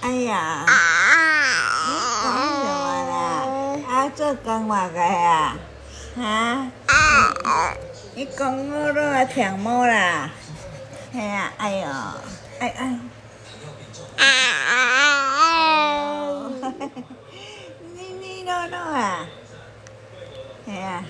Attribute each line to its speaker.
Speaker 1: 哎呀，讲什么啦？
Speaker 2: 啊！
Speaker 1: 啊，做讲话个呀？哈？啊你讲我都来听我啦？嘿呀，哎呦，哎哎，哦 你你哪哪啊？嘿呀，